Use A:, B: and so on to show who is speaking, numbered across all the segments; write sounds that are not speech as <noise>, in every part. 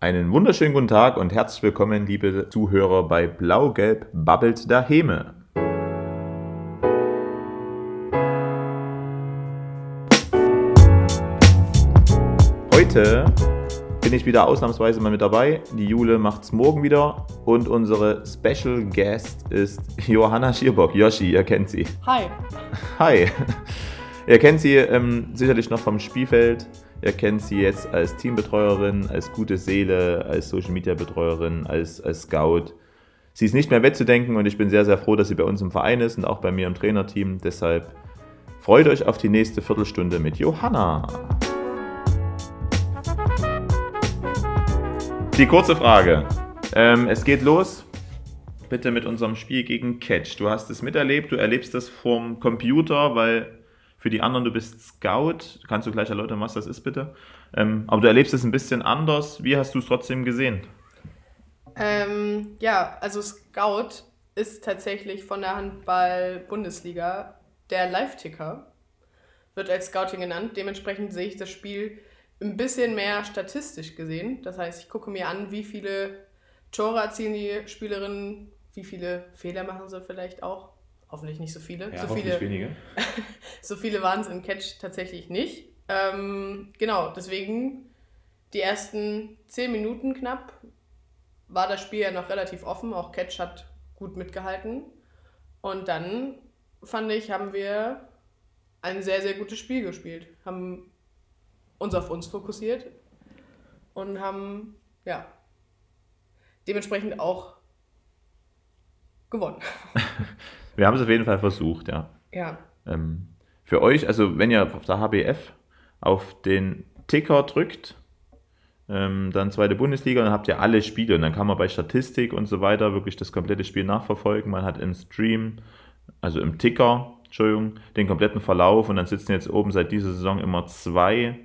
A: Einen wunderschönen guten Tag und herzlich willkommen, liebe Zuhörer, bei Blau-Gelb babbelt der Heme. Heute bin ich wieder ausnahmsweise mal mit dabei. Die Jule macht's morgen wieder und unsere Special Guest ist Johanna Schierbock. Yoshi, ihr kennt sie.
B: Hi.
A: Hi. <laughs> Ihr kennt sie ähm, sicherlich noch vom Spielfeld. Ihr kennt sie jetzt als Teambetreuerin, als gute Seele, als Social Media Betreuerin, als, als Scout. Sie ist nicht mehr wegzudenken und ich bin sehr, sehr froh, dass sie bei uns im Verein ist und auch bei mir im Trainerteam. Deshalb freut euch auf die nächste Viertelstunde mit Johanna. Die kurze Frage. Ähm, es geht los. Bitte mit unserem Spiel gegen Catch. Du hast es miterlebt, du erlebst das vorm Computer, weil für die anderen, du bist Scout. Kannst du gleich erläutern, was das ist, bitte? Ähm, aber du erlebst es ein bisschen anders. Wie hast du es trotzdem gesehen?
B: Ähm, ja, also Scout ist tatsächlich von der Handball-Bundesliga der Live-Ticker, wird als Scouting genannt. Dementsprechend sehe ich das Spiel ein bisschen mehr statistisch gesehen. Das heißt, ich gucke mir an, wie viele Tore erzielen die Spielerinnen, wie viele Fehler machen sie vielleicht auch. Hoffentlich nicht so viele. so viele
A: wenige.
B: so viele waren es im Catch tatsächlich nicht. Ähm, genau, deswegen die ersten 10 Minuten knapp war das Spiel ja noch relativ offen. Auch Catch hat gut mitgehalten. Und dann fand ich, haben wir ein sehr, sehr gutes Spiel gespielt. Haben uns auf uns fokussiert und haben, ja, dementsprechend auch gewonnen.
A: Wir haben es auf jeden Fall versucht, ja.
B: Ja,
A: Ähm, für euch, also wenn ihr auf der HBF auf den Ticker drückt, ähm, dann zweite Bundesliga, dann habt ihr alle Spiele und dann kann man bei Statistik und so weiter wirklich das komplette Spiel nachverfolgen. Man hat im Stream, also im Ticker, Entschuldigung, den kompletten Verlauf und dann sitzen jetzt oben seit dieser Saison immer zwei,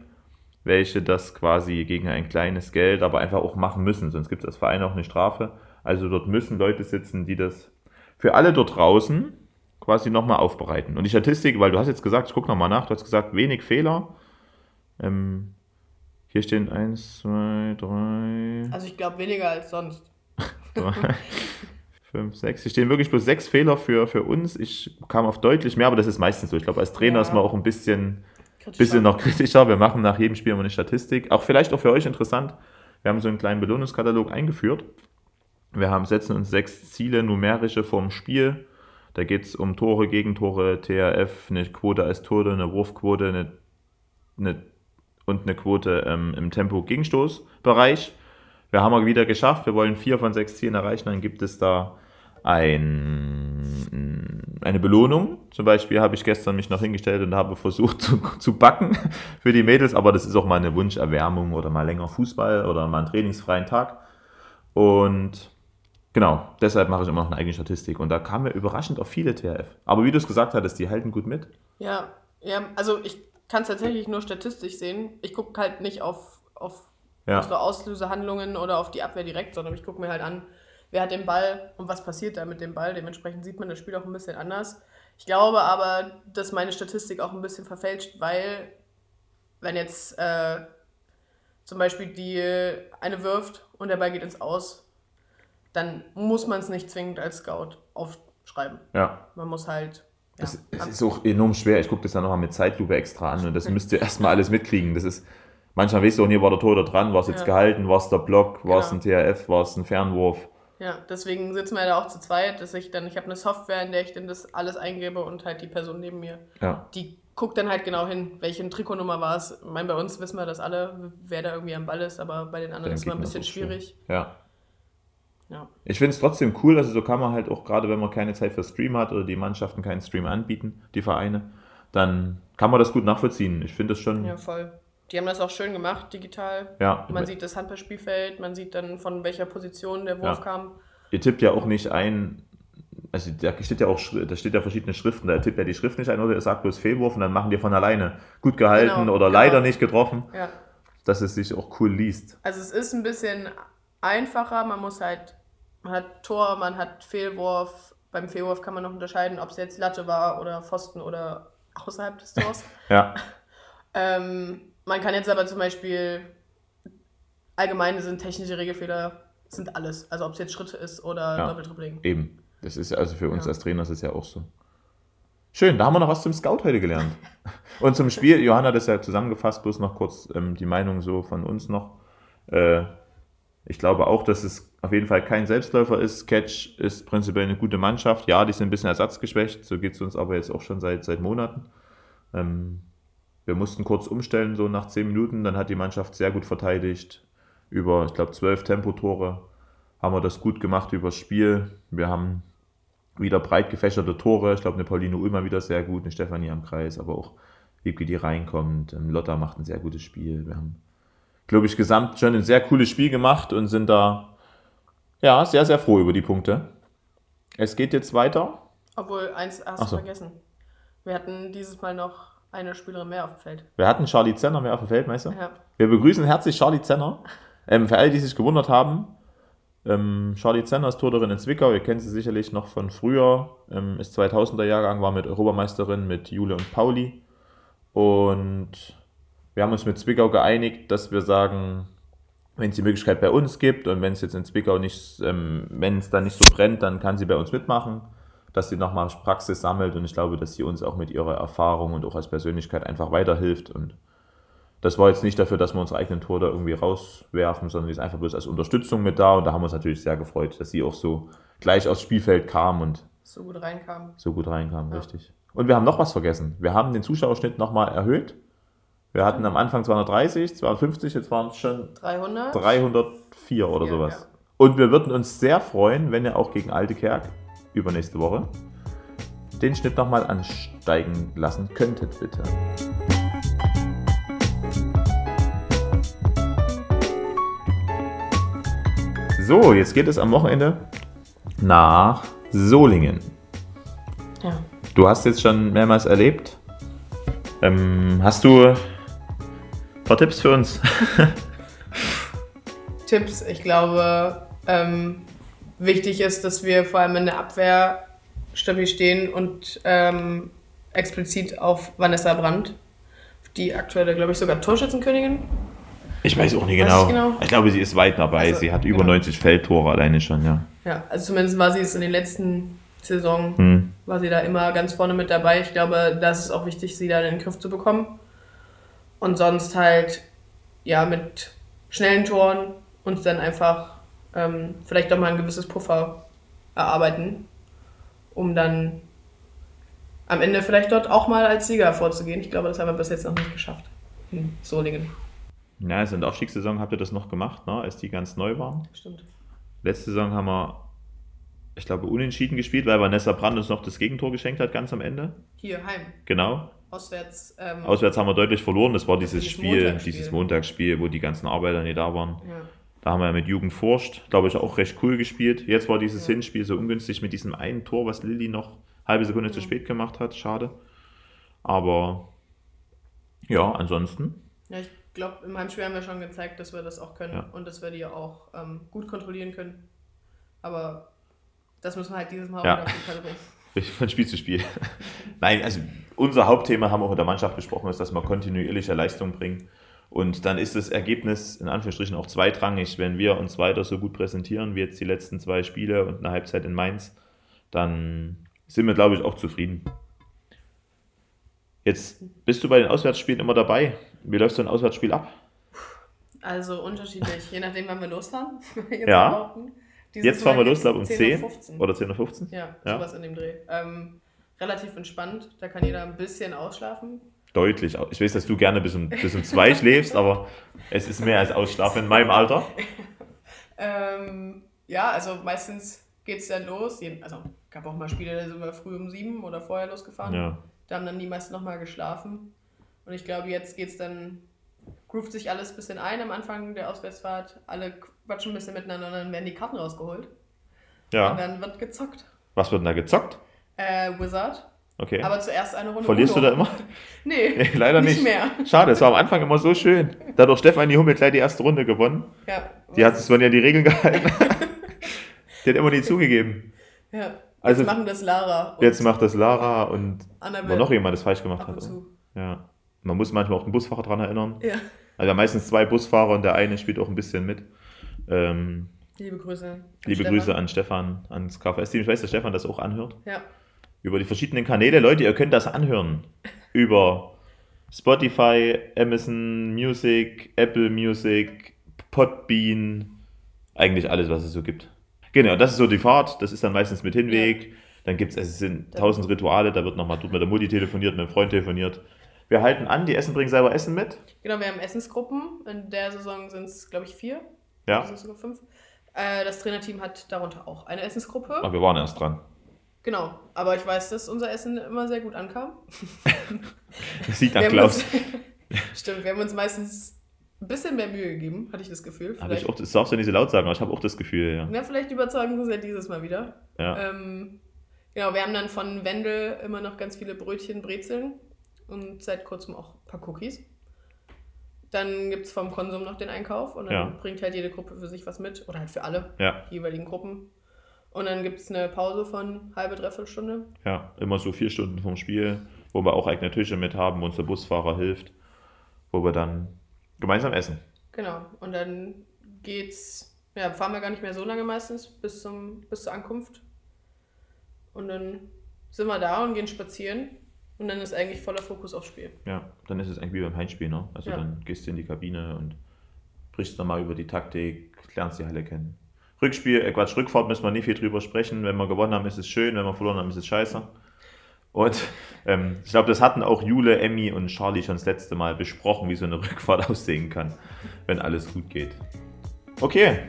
A: welche das quasi gegen ein kleines Geld aber einfach auch machen müssen, sonst gibt es als Verein auch eine Strafe. Also dort müssen Leute sitzen, die das für alle dort draußen quasi nochmal aufbereiten. Und die Statistik, weil du hast jetzt gesagt, ich gucke nochmal nach, du hast gesagt, wenig Fehler. Ähm, hier stehen 1, 2, 3,
B: also ich glaube weniger als sonst.
A: <laughs> 3, 5, 6. Hier stehen wirklich bloß sechs Fehler für, für uns. Ich kam auf deutlich mehr, aber das ist meistens so. Ich glaube, als Trainer
B: Ja.
A: ist man auch ein bisschen
B: Kritisch
A: bisschen
B: war-
A: noch kritischer. Wir machen nach jedem Spiel immer eine Statistik. Auch vielleicht auch für euch interessant. Wir haben so einen kleinen Belohnungskatalog eingeführt. Wir haben, setzen uns sechs Ziele, numerische vom Spiel. Da geht es um Tore, Gegentore, THF, eine Quote als Tore, eine Wurfquote eine, eine, und eine Quote ähm, im Tempo-Gegenstoßbereich. Wir haben wir wieder geschafft. Wir wollen vier von sechs Zielen erreichen. Dann gibt es da ein, eine Belohnung. Zum Beispiel habe ich gestern mich noch hingestellt und habe versucht zu, zu backen für die Mädels, aber das ist auch mal eine Wunscherwärmung oder mal länger Fußball oder mal einen trainingsfreien Tag. Und genau, deshalb mache ich immer noch eine eigene Statistik. Und da kamen wir überraschend auf viele TRF. Aber wie du es gesagt hattest, die halten gut mit.
B: Ja, ja, also ich kann es tatsächlich nur statistisch sehen. Ich gucke halt nicht auf, auf
A: Ja,
B: unsere Auslösehandlungen oder auf die Abwehr direkt, sondern ich gucke mir halt an, wer hat den Ball und was passiert da mit dem Ball. Dementsprechend sieht man das Spiel auch ein bisschen anders. Ich glaube aber, dass meine Statistik auch ein bisschen verfälscht, weil wenn jetzt äh, zum Beispiel die eine wirft und der Ball geht ins Aus, dann muss man es nicht zwingend als Scout aufschreiben.
A: ja.
B: Man muss halt. ja,
A: Das, es ist auch enorm schwer. Ich gucke das dann nochmal mit Zeitlupe extra an
B: <laughs>
A: und das müsst ihr erstmal alles mitkriegen. Das ist, manchmal weißt du auch nie, war der Tor da dran, war es jetzt
B: Ja.
A: gehalten, war es der Block, war es
B: Genau.
A: ein THF, war es ein Fernwurf.
B: Ja, deswegen sitzen wir da auch zu zweit, dass ich dann, ich habe eine Software, in der ich dann das alles eingebe und halt die Person neben mir,
A: Ja.
B: die guckt dann halt genau hin, welche Trikotnummer war es. Ich meine, bei uns wissen wir das alle, wer da irgendwie am Ball ist, aber bei den anderen
A: Dann
B: ist immer ein
A: geht man
B: bisschen
A: so schön.
B: schwierig.
A: ja.
B: Ja.
A: Ich finde es trotzdem cool, also so kann man halt auch gerade, wenn man keine Zeit für Stream hat oder die Mannschaften keinen Stream anbieten, die Vereine, dann kann man das gut nachvollziehen. Ich finde das schon,
B: ja, voll. Die haben das auch schön gemacht, digital.
A: ja.
B: Man sieht das Handballspielfeld, man sieht dann, von welcher Position der Wurf
A: Ja.
B: kam.
A: ihr tippt ja auch nicht ein, also da steht ja auch, Schri- da steht ja verschiedene Schriften, da tippt ja die Schrift nicht ein oder ihr sagt bloß Fehlwurf und dann machen die von alleine gut gehalten
B: Genau,
A: oder
B: genau.
A: leider nicht getroffen,
B: Ja.
A: dass es sich auch cool liest.
B: Also es ist ein bisschen einfacher, man muss halt, man hat Tor, man hat Fehlwurf. Beim Fehlwurf kann man noch unterscheiden, ob es jetzt Latte war oder Pfosten oder außerhalb
A: <laughs>
B: des Tors.
A: Ja,
B: ähm, man kann jetzt aber zum Beispiel allgemein sind technische Regelfehler sind alles. Also ob es jetzt Schritte ist oder
A: Ja.
B: Doppeltrippling.
A: Eben. Das ist also für uns
B: Ja.
A: als Trainer ist es ja auch so. Schön, da haben wir noch was zum Scout heute gelernt. Und zum Spiel, Johanna hat das ja zusammengefasst, bloß noch kurz ähm, die Meinung so von uns noch. Äh, ich glaube auch, dass es auf jeden Fall kein Selbstläufer ist. Catch ist prinzipiell eine gute Mannschaft. Ja, die sind ein bisschen ersatzgeschwächt, so geht es uns aber jetzt auch schon seit, seit Monaten. Ähm, wir mussten kurz umstellen, so nach 10 Minuten. Dann hat die Mannschaft sehr gut verteidigt. Über, ich glaube, 12 Tempotore haben wir das gut gemacht übers Spiel. Wir haben wieder breit gefächerte Tore. Ich glaube, eine Pauline Ulmer wieder sehr gut, eine Stefanie am Kreis, aber auch Wiebke, die reinkommt. Ähm, Lotta macht ein sehr gutes Spiel. Wir haben, glaube ich, gesamt schon ein sehr cooles Spiel gemacht und sind da ja sehr, sehr froh über die Punkte. Es geht jetzt weiter.
B: Obwohl, eins hast
A: Ach so.
B: du vergessen. Wir hatten dieses Mal noch eine Spielerin mehr auf dem Feld.
A: Wir hatten Charlie Zenner mehr auf dem Feld, meinst du?
B: Ja.
A: Wir begrüßen herzlich Charlie Zenner. Ähm, für alle, die sich gewundert haben, ähm, Charlie Zenner ist Turnerin in Zwickau. Ihr kennt sie sicherlich noch von früher. Ähm, ist 2000er Jahrgang, war mit Europameisterin mit Jule und Pauli. Und wir haben uns mit Zwickau geeinigt, dass wir sagen, wenn es die Möglichkeit bei uns gibt und wenn es jetzt in Zwickau nicht, ähm, wenn es da nicht so brennt, dann kann sie bei uns mitmachen, dass sie nochmal Praxis sammelt und ich glaube, dass sie uns auch mit ihrer Erfahrung und auch als Persönlichkeit einfach weiterhilft und das war jetzt nicht dafür, dass wir unsere eigenen Tore da irgendwie rauswerfen, sondern die ist einfach bloß als Unterstützung mit da und da haben wir uns natürlich sehr gefreut, dass sie auch so gleich aufs Spielfeld kam und
B: So gut reinkam.
A: so gut reinkam,
B: Ja.
A: richtig. Und wir haben noch was vergessen. Wir haben den Zuschauerschnitt nochmal erhöht. Wir hatten am Anfang 230, 250, jetzt waren es schon
B: 300.
A: 304 oder
B: Ja,
A: sowas.
B: ja.
A: Und wir würden uns sehr freuen, wenn ihr auch gegen Alte Kerk übernächste Woche den Schnitt nochmal ansteigen lassen könntet, bitte. So, jetzt geht es am Wochenende nach Solingen.
B: Ja.
A: Du hast jetzt schon mehrmals erlebt. Ähm, hast du ein paar Tipps für uns?
B: Tipps. Ich glaube, ähm, wichtig ist, dass wir vor allem in der Abwehr stabil stehen und ähm, explizit auf Vanessa Brandt, die aktuelle, glaube ich, sogar Torschützenkönigin.
A: Ich weiß auch nicht
B: Weiß
A: genau.
B: ich genau?
A: Ich glaube, sie ist weit dabei.
B: Also,
A: sie hat über
B: genau.
A: 90 Feldtore alleine schon, ja.
B: Ja, also zumindest war sie es in den letzten Saisonen,
A: Hm.
B: war sie da immer ganz vorne mit dabei. Ich glaube, das ist auch wichtig, sie da in den Griff zu bekommen. Und sonst halt, ja, mit schnellen Toren uns dann einfach ähm, vielleicht doch mal ein gewisses Puffer erarbeiten, um dann am Ende vielleicht dort auch mal als Sieger vorzugehen. Ich glaube, das haben wir bis jetzt noch nicht geschafft in Solingen.
A: Na, also in der Aufstiegssaison habt ihr das noch gemacht, ne? als die ganz neu waren.
B: Stimmt.
A: Letzte Saison haben wir, ich glaube, unentschieden gespielt, weil Vanessa Brand uns noch das Gegentor geschenkt hat, ganz am Ende.
B: Hier, heim,
A: Genau.
B: auswärts. Ähm,
A: Auswärts haben wir deutlich verloren. Das war dieses
B: Dieses
A: Spiel,
B: Montagsspiel.
A: dieses Montagsspiel, wo die ganzen Arbeiter nicht da waren.
B: ja.
A: Da haben wir mit Jugend forscht, glaube ich, auch recht cool gespielt. Jetzt war dieses
B: Ja.
A: Hinspiel so ungünstig mit diesem einen Tor, was Lilly noch halbe Sekunde zu
B: Ja.
A: spät gemacht hat. Schade. Aber ja, ansonsten.
B: Ja, ich glaube, im Heimspiel haben wir schon gezeigt, dass wir das auch können
A: Ja.
B: und dass wir die auch ähm, gut kontrollieren können. Aber das müssen wir halt dieses Mal
A: Ja.
B: auch wieder auf die Kette bringen.
A: Von Spiel zu Spiel. <laughs> Nein, also unser Hauptthema haben wir auch in der Mannschaft besprochen, ist, dass wir kontinuierliche Leistung bringen. Und dann ist das Ergebnis in Anführungsstrichen auch zweitrangig. Wenn wir uns weiter so gut präsentieren wie jetzt die letzten zwei Spiele und eine Halbzeit in Mainz, dann sind wir, glaube ich, auch zufrieden. Jetzt bist du bei den Auswärtsspielen immer dabei. Wie läuft so ein Auswärtsspiel ab?
B: Also unterschiedlich, je nachdem, wann wir losfahren. <laughs> würde ich jetzt
A: Ja.
B: behaupten. Dieses
A: Jetzt fahren wir
B: Mal
A: los, glaube ich, um 10
B: Uhr 15.
A: oder 10.15 Uhr.
B: Ja,
A: Ja.
B: sowas in dem Dreh. Ähm, relativ entspannt, da kann jeder ein bisschen ausschlafen.
A: Deutlich. Ich weiß, dass du gerne bis um, bis um zwei schläfst, aber es ist mehr als Ausschlafen in meinem Alter.
B: Ähm, ja, also meistens geht es dann los. Je- Also gab auch mal Spiele, da sind wir früh um sieben oder vorher losgefahren.
A: Ja.
B: Da haben dann die meisten nochmal geschlafen. Und ich glaube, jetzt geht's dann, groovt sich alles ein bisschen ein am Anfang der Auswärtsfahrt. Alle quatschen ein bisschen miteinander und dann werden die Karten rausgeholt. Und
A: Ja.
B: dann wird gezockt.
A: Was wird denn da gezockt?
B: Äh, Wizard.
A: Okay.
B: Aber zuerst eine Runde.
A: Verlierst
B: Uno.
A: du da immer? <laughs>
B: Nee,
A: Nee, leider nicht.
B: nicht mehr.
A: Schade, es war am Anfang immer so schön. Da hat auch Stefanie Hummel gleich die erste Runde gewonnen.
B: Ja.
A: Die hat es ja die Regeln
B: <laughs>
A: gehalten. die hat immer nie zugegeben.
B: Ja.
A: Also
B: Jetzt machen das Lara.
A: jetzt macht das Lara und
B: Annabelle
A: war noch jemand, das falsch gemacht
B: ab und
A: hat.
B: zu.
A: Ja. Man muss manchmal auch den Busfahrer dran erinnern.
B: Ja.
A: Also meistens zwei Busfahrer und der eine spielt auch ein bisschen mit. Ähm,
B: Liebe Grüße. an
A: liebe
B: Stefan.
A: Grüße an Stefan, ans KVS-Team. Ich weiß, dass Stefan das auch anhört.
B: Ja.
A: Über die verschiedenen Kanäle. Leute, ihr könnt das anhören. Über Spotify, Amazon Music, Apple Music, Podbean. Eigentlich alles, was es so gibt. Genau, das ist so die Fahrt. Das ist dann meistens mit Hinweg. Dann gibt es, es sind
B: Da-
A: tausend Rituale. Da wird nochmal mit der Mutti telefoniert, mit dem Freund telefoniert. Wir halten an, die Essen bringen selber Essen mit.
B: Genau, wir haben Essensgruppen. In der Saison sind es, glaube ich, vier.
A: Ja,
B: Das sind sogar fünf. Äh, das Trainerteam hat darunter auch eine Essensgruppe.
A: aber wir waren erst dran. <laughs>
B: Genau. Aber ich weiß, dass unser Essen immer sehr gut ankam.
A: Das sieht nach
B: Wir haben
A: Klaus.
B: Uns, <laughs> stimmt, wir haben uns meistens ein bisschen mehr Mühe gegeben, hatte ich das Gefühl.
A: Hab ich auch, das darfst du nicht so laut sagen, aber ich habe auch das Gefühl, ja.
B: Na, vielleicht überzeugen wir uns ja dieses Mal wieder.
A: ja.
B: Ähm, genau, wir haben dann von Wendel immer noch ganz viele Brötchen, Brezeln und seit kurzem auch ein paar Cookies. Dann gibt es vom Konsum noch den Einkauf und dann
A: Ja.
B: bringt halt jede Gruppe für sich was mit oder halt für alle
A: Ja,
B: die jeweiligen Gruppen. Und dann gibt es eine Pause von halbe, dreiviertel Stunde.
A: ja. Immer so vier Stunden vom Spiel, wo wir auch eigene Tische mit haben, wo uns der Busfahrer hilft, wo wir dann gemeinsam essen.
B: Genau. Und dann geht's. Ja, fahren wir gar nicht mehr so lange meistens bis, zum, bis zur Ankunft. Und dann sind wir da und gehen spazieren. Und dann ist eigentlich voller Fokus aufs Spiel.
A: Ja, dann ist es eigentlich wie beim Heimspiel, ne? Also
B: Ja.
A: dann gehst du in die Kabine und brichst nochmal über die Taktik, lernst die Halle kennen. Rückspiel, äh Quatsch, Rückfahrt müssen wir nicht viel drüber sprechen. Wenn wir gewonnen haben, ist es schön, wenn wir verloren haben, ist es scheiße. Und ähm, ich glaube, das hatten auch Jule, Emmy und Charlie schon das letzte Mal besprochen, wie so eine Rückfahrt <laughs> aussehen kann, wenn alles gut geht. Okay,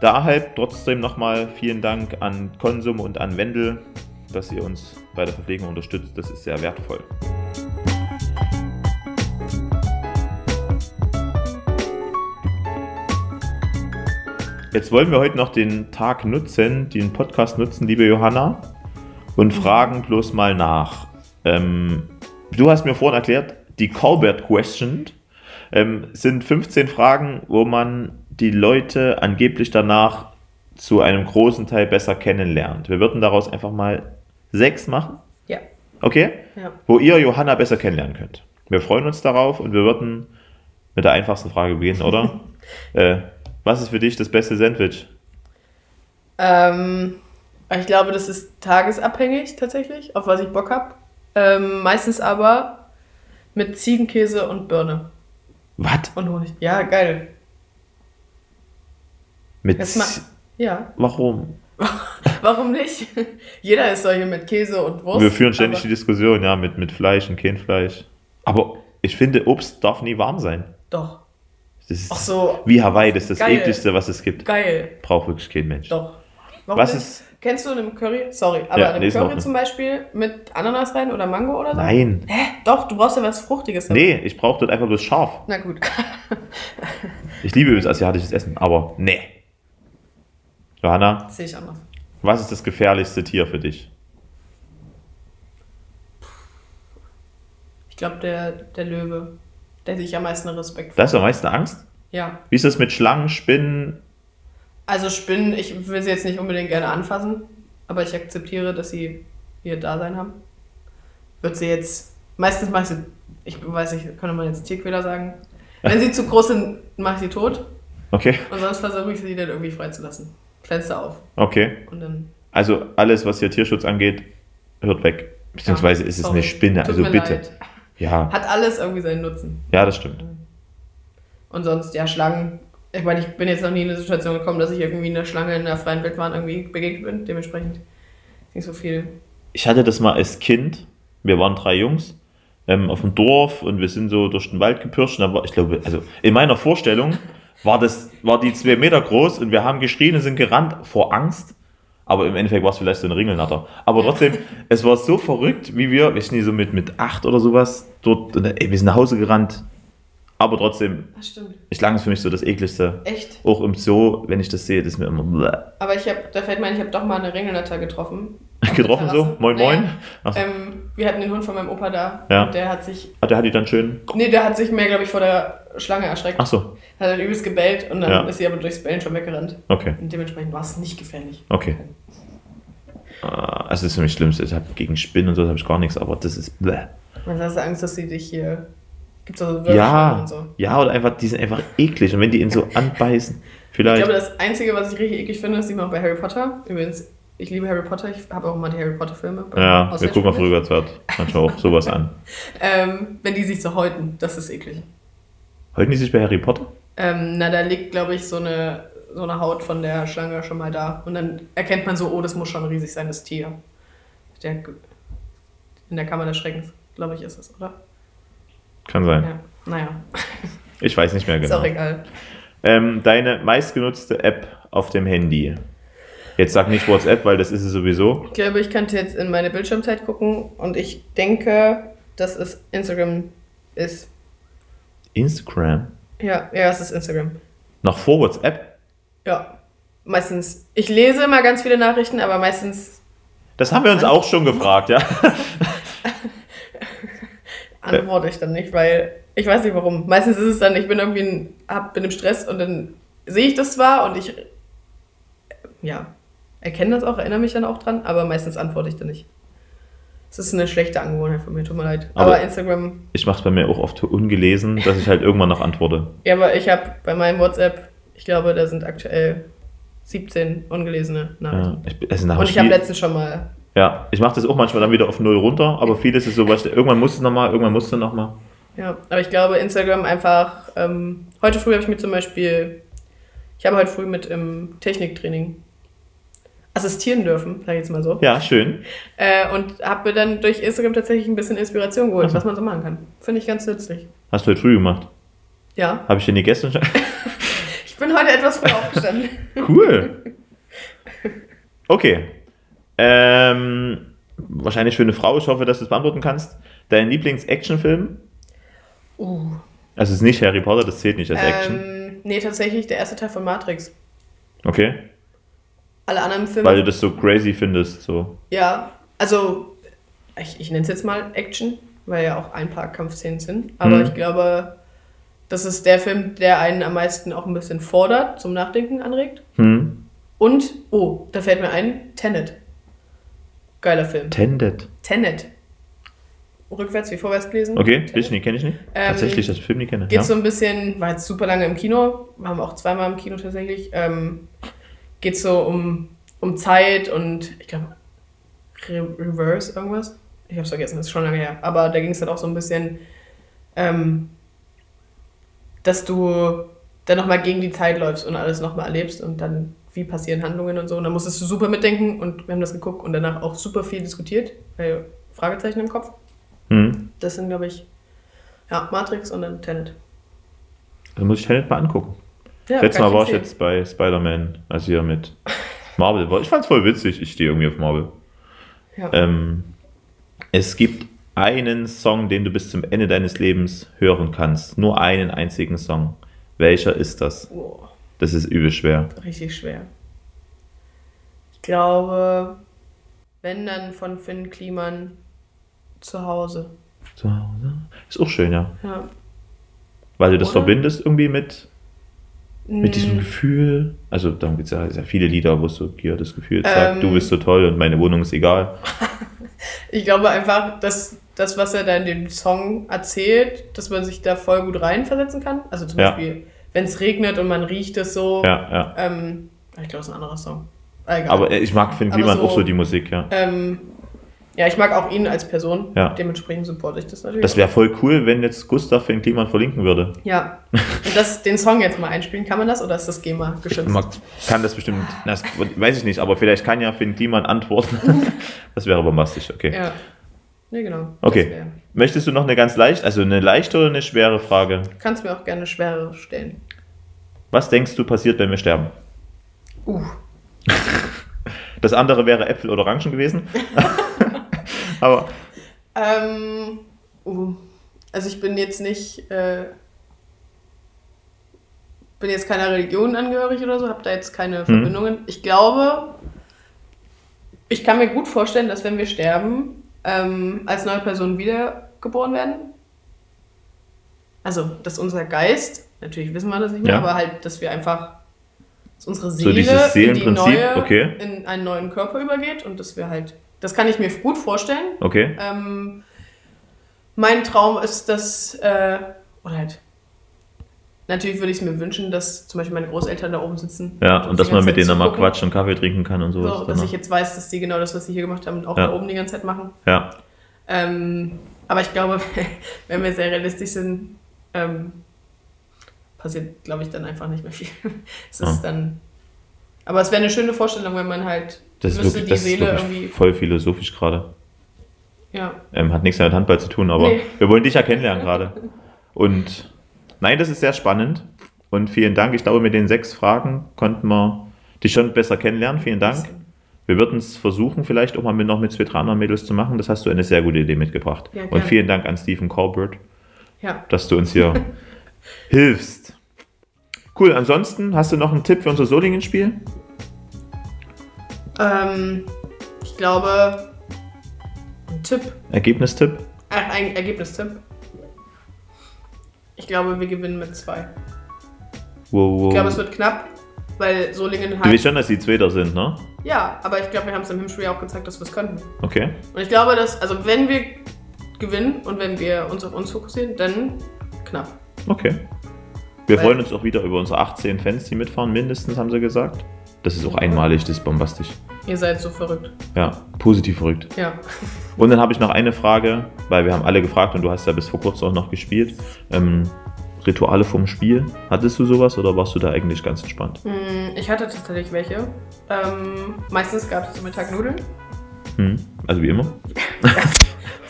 A: dahalb trotzdem nochmal vielen Dank an Konsum und an Wendel, dass ihr uns bei der Verpflegung unterstützt. Das ist sehr wertvoll. Jetzt wollen wir heute noch den Tag nutzen, den Podcast nutzen, liebe Johanna, und fragen bloß mal nach. Ähm, du hast mir vorhin erklärt, die Colbert Question ähm, sind 15 Fragen, wo man die Leute angeblich danach zu einem großen Teil besser kennenlernt. Wir würden daraus einfach mal sechs machen,
B: Ja.
A: okay?
B: ja.
A: Wo ihr Johanna besser kennenlernen könnt. Wir freuen uns darauf und wir würden mit der einfachsten Frage beginnen,
B: <laughs>
A: oder? äh, was ist für dich das beste Sandwich?
B: Ähm, ich glaube, das ist tagesabhängig tatsächlich, auf was ich Bock habe. Ähm, meistens aber mit Ziegenkäse und Birne
A: Was?
B: und Honig. Ja, geil.
A: Mit
B: Jetzt mal. Ja.
A: Warum?
B: Warum nicht? <laughs> Jeder isst solche mit Käse und Wurst.
A: Wir führen ständig
B: aber-
A: die Diskussion, ja, mit, mit Fleisch und kein Fleisch. Aber ich finde, Obst darf nie warm sein.
B: Doch.
A: Das ist
B: Ach so,
A: wie Hawaii, das ist das
B: Geil.
A: ekligste, was es gibt.
B: geil.
A: Braucht wirklich kein Mensch.
B: Doch. Warum
A: Was
B: nicht?
A: ist-
B: Kennst du in einem Curry? Sorry, aber
A: Ja,
B: in einem
A: nee, ist in
B: Curry
A: Ordnung.
B: zum Beispiel mit Ananas rein oder Mango oder so?
A: Nein.
B: Doch, du brauchst ja was Fruchtiges.
A: Nee, ich brauche dort einfach bloß scharf.
B: Na gut. <laughs>
A: Ich liebe übrigens asiatisches Essen, aber nee. Johanna,
B: Das sehe ich anders.
A: was ist das gefährlichste Tier für dich?
B: Ich glaube, der, der Löwe, der sich am meisten Respekt
A: Da hast du am meisten Angst?
B: Ja.
A: Wie ist das mit Schlangen, Spinnen?
B: Also Spinnen, ich will sie jetzt nicht unbedingt gerne anfassen, aber ich akzeptiere, dass sie ihr Dasein haben. Wird sie jetzt. Meistens mache ich sie. Ich weiß nicht, könnte man jetzt Tierquäler sagen. Wenn sie zu groß sind, mache ich sie tot.
A: Okay,
B: Und sonst versuche ich sie dann irgendwie freizulassen. Fenster auf.
A: okay.
B: Und dann
A: Also alles, was hier Tierschutz angeht, hört weg. Beziehungsweise ist es
B: Sorry.
A: eine Spinne,
B: Tut
A: also
B: mir
A: bitte.
B: Leid.
A: Ja,
B: Hat alles irgendwie seinen Nutzen.
A: ja, das stimmt.
B: Und sonst, ja, Schlangen. Ich meine, ich bin jetzt noch nie in eine Situation gekommen, dass ich irgendwie einer Schlange in der freien Wildbahn irgendwie begegnet bin. Dementsprechend nicht so viel.
A: ich hatte das mal als Kind, wir waren drei Jungs, ähm, auf dem Dorf und wir sind so durch den Wald gepirscht. Und da war, ich glaube, also in meiner Vorstellung war, das, war die zwei Meter groß und wir haben geschrien und sind gerannt vor Angst. Aber im Endeffekt war es vielleicht so ein Ringelnatter. Aber trotzdem, es war so verrückt, wie wir, ich nie so mit, mit acht oder sowas, dort, und, ey, wir sind nach Hause gerannt. Aber trotzdem,
B: Ach, stimmt.
A: Schlangen ist für mich so das ekligste.
B: Echt?
A: Auch im Zoo, wenn ich das sehe, das ist mir immer <laughs> bleh.
B: Aber ich habe, da fällt mir ein, ich habe doch mal eine Ringelnatter getroffen.
A: getroffen so. Moin, moin. Ach, so.
B: Ähm, wir hatten den Hund von meinem Opa da.
A: Ja.
B: Und der hat sich,
A: Ah, der hat die dann schön.
B: nee, der hat sich mehr, glaube ich, vor der Schlange erschreckt.
A: Ach so,
B: Hat dann übelst gebellt und dann
A: Ja.
B: ist sie aber durchs Bellen schon weggerannt.
A: okay.
B: Und dementsprechend war es nicht gefährlich.
A: Okay. Äh, Also das ist für mich das Schlimmste. Ich habe gegen Spinnen und so habe ich gar nichts, aber das ist bleh.
B: Man hast du Angst, dass sie dich hier Gibt es also
A: Ja,
B: und so.
A: ja, oder einfach, die sind einfach eklig. Und wenn die ihn so anbeißen,
B: Ich
A: vielleicht.
B: glaube, das Einzige, was ich richtig eklig finde, sieht man auch bei Harry Potter. Übrigens, ich liebe Harry Potter. Ich habe auch immer die Harry Potter-Filme. beim
A: ja, wir
B: Auswärtsspiel
A: gucken auf
B: mit.
A: Rübertswert manchmal auch sowas an.
B: Ähm, wenn die sich so häuten, das ist eklig.
A: Halten die sich bei Harry Potter?
B: Ähm, na, da liegt, glaube ich, so eine, so eine Haut von der Schlange schon mal da. Und dann erkennt man so, oh, das muss schon riesig sein, das Tier. Der, in der Kammer des Schreckens, glaube ich, ist es, oder?
A: Kann sein.
B: Ja. Naja, <laughs>
A: Ich weiß nicht mehr
B: ist
A: genau.
B: auch egal.
A: Ähm, deine meistgenutzte App auf dem Handy. Jetzt sag nicht WhatsApp, weil das ist es sowieso.
B: Ich glaube, ich könnte jetzt in meine Bildschirmzeit gucken und ich denke, dass es Instagram ist.
A: Instagram.
B: Ja, ja, es ist Instagram.
A: Noch vor WhatsApp?
B: Ja. Meistens. Ich lese immer ganz viele Nachrichten, aber meistens
A: Das haben wir uns auch schon gefragt, ja.
B: antworte ich dann nicht, weil ich weiß nicht warum. Meistens ist es dann, ich bin irgendwie in, hab, bin im Stress und dann sehe ich das zwar und ich ja, erkenne das auch, erinnere mich dann auch dran, aber meistens antworte ich dann nicht. Es ist eine schlechte Angewohnheit von mir, tut mir leid. Aber,
A: Aber-
B: Instagram,
A: Ich mache es bei mir auch oft ungelesen, dass ich halt irgendwann noch antworte.
B: ja, aber ich habe bei meinem WhatsApp, ich glaube, da sind aktuell 17 ungelesene
A: Ja,
B: Nachrichten.
A: ich, bin- also nach dem
B: Und ich habe
A: Spiel-
B: letztens schon mal,
A: ja, ich mache das auch manchmal dann wieder auf Null runter, aber vieles ist so, weißt du, irgendwann musst du nochmal, irgendwann musst du nochmal.
B: ja, aber ich glaube, Instagram einfach, ähm, heute früh habe ich mir zum Beispiel, ich habe heute früh mit im Techniktraining assistieren dürfen, sage ich jetzt mal so,
A: Ja, schön.
B: äh, und habe mir dann durch Instagram tatsächlich ein bisschen Inspiration geholt,
A: Mhm.
B: was man so machen kann. Finde ich ganz nützlich.
A: Hast du heute früh gemacht.
B: Ja,
A: Habe ich denn die gestern schon? <laughs>
B: ich bin heute etwas früh aufgestanden.
A: Cool. Okay. Ähm, wahrscheinlich für eine Frau. Ich hoffe, dass du es beantworten kannst. Dein Lieblings-Action-Film?
B: Uh,
A: Also es ist nicht Harry Potter, das zählt nicht als Action.
B: ähm, nee, tatsächlich der erste Teil von Matrix.
A: Okay.
B: Alle anderen Filme.
A: Weil du das so crazy findest. So.
B: Ja, also ich, ich nenne es jetzt mal Action, weil ja auch ein paar Kampfszenen sind. Aber
A: Mhm.
B: ich glaube, das ist der Film, der einen am meisten auch ein bisschen fordert, zum Nachdenken anregt.
A: Hm.
B: Und, oh, da fällt mir ein, Tenet. Geiler Film.
A: Tended.
B: Tenet. Rückwärts wie vorwärts gelesen.
A: Okay,
B: Tenet.
A: ich nicht, kenne ich nicht.
B: Ähm,
A: Tatsächlich, dass ich den Film nicht kenne.
B: Geht
A: Ja.
B: so ein bisschen, war jetzt super lange im Kino, waren wir auch zweimal im Kino tatsächlich. Ähm, geht so um, um Zeit und ich glaube, Re Reverse irgendwas. Ich hab's vergessen, das ist schon lange her. Aber da ging es dann auch so ein bisschen, ähm, dass du dann nochmal gegen die Zeit läufst und alles nochmal erlebst und dann, wie passieren Handlungen und so. Und dann musstest du super mitdenken und wir haben das geguckt und danach auch super viel diskutiert, weil Fragezeichen im Kopf.
A: Hm.
B: Das sind, glaube ich, ja, Matrix und dann Tenet.
A: Dann Also muss ich Tenet mal angucken.
B: Ja,
A: Letztes
B: kann
A: Mal war ich
B: empfehlen.
A: jetzt bei Spider-Man, also hier mit Marvel. war. Ich fand's voll witzig, ich stehe irgendwie auf Marvel.
B: Ja.
A: Ähm, es gibt einen Song, den du bis zum Ende deines Lebens hören kannst. Nur einen einzigen Song. Welcher ist das?
B: Oh,
A: Das ist übel schwer.
B: richtig schwer. Ich glaube, wenn dann von Finn Kliman zu Hause.
A: Zu Hause. Ist auch schön, ja.
B: Ja.
A: Weil du das
B: Oder?
A: verbindest irgendwie mit, mit diesem
B: Mm,
A: Gefühl. Also darum gibt es ja, ja viele Lieder, wo es so hier das Gefühl sagt,
B: Ähm.
A: du bist so toll und meine Wohnung ist egal.
B: Ich glaube einfach, dass das, was er da in dem Song erzählt, dass man sich da voll gut reinversetzen kann. Also zum
A: Ja.
B: Beispiel, wenn es regnet und man riecht es so.
A: Ja, ja.
B: Ähm, ich glaube, es ist ein anderer Song. Ah, Egal.
A: Aber äh, ich mag Finn
B: Aber
A: Kliman
B: so-
A: auch so die Musik, ja.
B: ähm, ja, ich mag auch ihn als Person.
A: Ja.
B: Dementsprechend supporte ich das natürlich.
A: Das wäre voll cool, wenn jetzt Gustav Finn Kliman verlinken würde.
B: Ja. Und das, den Song jetzt mal einspielen, kann man das oder ist das GEMA
A: Ich
B: geschützt?
A: mag, kann das bestimmt, das weiß ich nicht, aber vielleicht kann ja Finn Kliman
B: <laughs>
A: antworten. Das wäre bombastisch, okay.
B: Ja. Ne, genau.
A: Okay.
B: Das wär-
A: Möchtest du noch eine ganz leicht, also eine leichte oder eine schwere Frage?
B: Kannst mir auch gerne schwerere stellen.
A: Was denkst du passiert, wenn wir sterben?
B: Uh.
A: Das andere wäre Äpfel oder Orangen
B: <laughs>
A: gewesen. aber
B: Ähm, uh. Also ich bin jetzt nicht, äh, bin jetzt keiner Religion angehörig oder so, habe da jetzt
A: Mhm.
B: keine Verbindungen. Ich glaube, ich kann mir gut vorstellen, dass wenn wir sterben, ähm, als neue Person wiedergeboren werden. Also, dass unser Geist, natürlich wissen wir das nicht mehr,
A: Ja.
B: aber halt, dass wir einfach, dass unsere
A: So
B: Seele
A: dieses
B: in, die
A: Seelenprinzip,
B: neue,
A: okay.
B: in einen neuen Körper übergeht und dass wir halt, das kann ich mir gut vorstellen,
A: okay.
B: ähm, Mein Traum ist, dass, äh, oder halt, natürlich würde ich es mir wünschen, dass zum Beispiel meine Großeltern da oben sitzen.
A: Ja, und
B: uns
A: dass
B: die
A: man
B: ganze
A: mit
B: Zeit
A: denen dann mal
B: zugucken.
A: quatschen und Kaffee trinken kann und sowas.
B: So, dass
A: danach.
B: ich jetzt weiß, dass die genau das, was sie hier gemacht haben, auch
A: Ja.
B: da oben die ganze Zeit machen.
A: ja,
B: Ähm, aber ich glaube, <laughs> wenn wir sehr realistisch sind, ähm, passiert, glaube ich, dann einfach nicht mehr viel. <laughs> es ist
A: Ja.
B: dann. Aber es wäre eine schöne Vorstellung, wenn man halt
A: das ist
B: wüsste,
A: wirklich,
B: die
A: das ist
B: Seele
A: wirklich
B: irgendwie.
A: voll philosophisch gerade.
B: Ja,
A: Ähm, hat nichts mehr mit Handball zu tun, aber
B: Nee.
A: wir wollen dich ja kennenlernen gerade. Und nein, das ist sehr spannend. Und vielen Dank. Ich glaube, mit den sechs Fragen konnten wir dich schon besser kennenlernen. Vielen Dank. Wir würden es versuchen, vielleicht auch mal mit, noch mit Svetlana Mädels zu machen. Das hast du eine sehr gute Idee mitgebracht.
B: Ja,
A: Und
B: gerne.
A: vielen Dank an Stephen Colbert,
B: ja.
A: dass du uns
B: <laughs>
A: hier hilfst. Cool, ansonsten hast du noch einen Tipp für unser Solingen-Spiel?
B: Ähm, ich glaube, ein Tipp,
A: Ergebnistipp?
B: äh, ein Ergebnistipp. Ich glaube, wir gewinnen mit zwei.
A: Wow, wow.
B: Ich glaube, es wird knapp, weil Solingen
A: du weißt
B: halt.
A: schon, dass die Zweiter sind, ne?
B: Ja, aber ich glaube, wir haben es im Hinspiel auch gezeigt, dass wir es könnten.
A: Okay.
B: Und ich glaube, dass, also wenn wir gewinnen und wenn wir uns auf uns fokussieren, dann knapp.
A: Okay. Wir
B: Weil-
A: freuen uns auch wieder über unsere 18 Fans, die mitfahren, mindestens, haben sie gesagt. Das ist auch einmalig, das ist bombastisch.
B: Ihr seid so verrückt.
A: Ja, positiv verrückt.
B: Ja.
A: Und dann habe ich noch eine Frage, weil wir haben alle gefragt und du hast ja bis vor kurzem auch noch gespielt. Ähm, Rituale vom Spiel. Hattest du sowas oder warst du da eigentlich ganz entspannt?
B: Hm, Ich hatte tatsächlich welche. Ähm, meistens gab es zum Mittag Nudeln,
A: Hm? Also wie immer.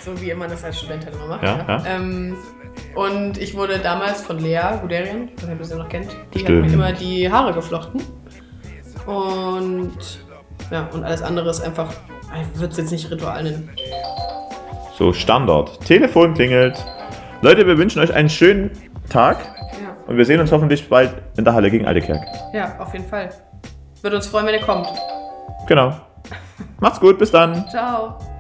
B: so wie immer das als Student halt immer macht.
A: Ja, ja.
B: Ähm, und ich wurde damals von Lea Guderian, ich weiß nicht, ob ihr sie noch kennt, die hat
A: Stimmt.
B: mir immer die Haare geflochten. Und ja, und alles andere ist einfach, ich würde es jetzt nicht Ritual nennen.
A: So, Standard. Telefon klingelt. Leute, wir wünschen euch einen schönen Tag
B: Ja,
A: und wir sehen uns hoffentlich bald in der Halle gegen Aldekerk.
B: ja auf jeden Fall. Würde uns freuen, wenn ihr kommt.
A: Genau. Macht's gut, bis dann.
B: Ciao.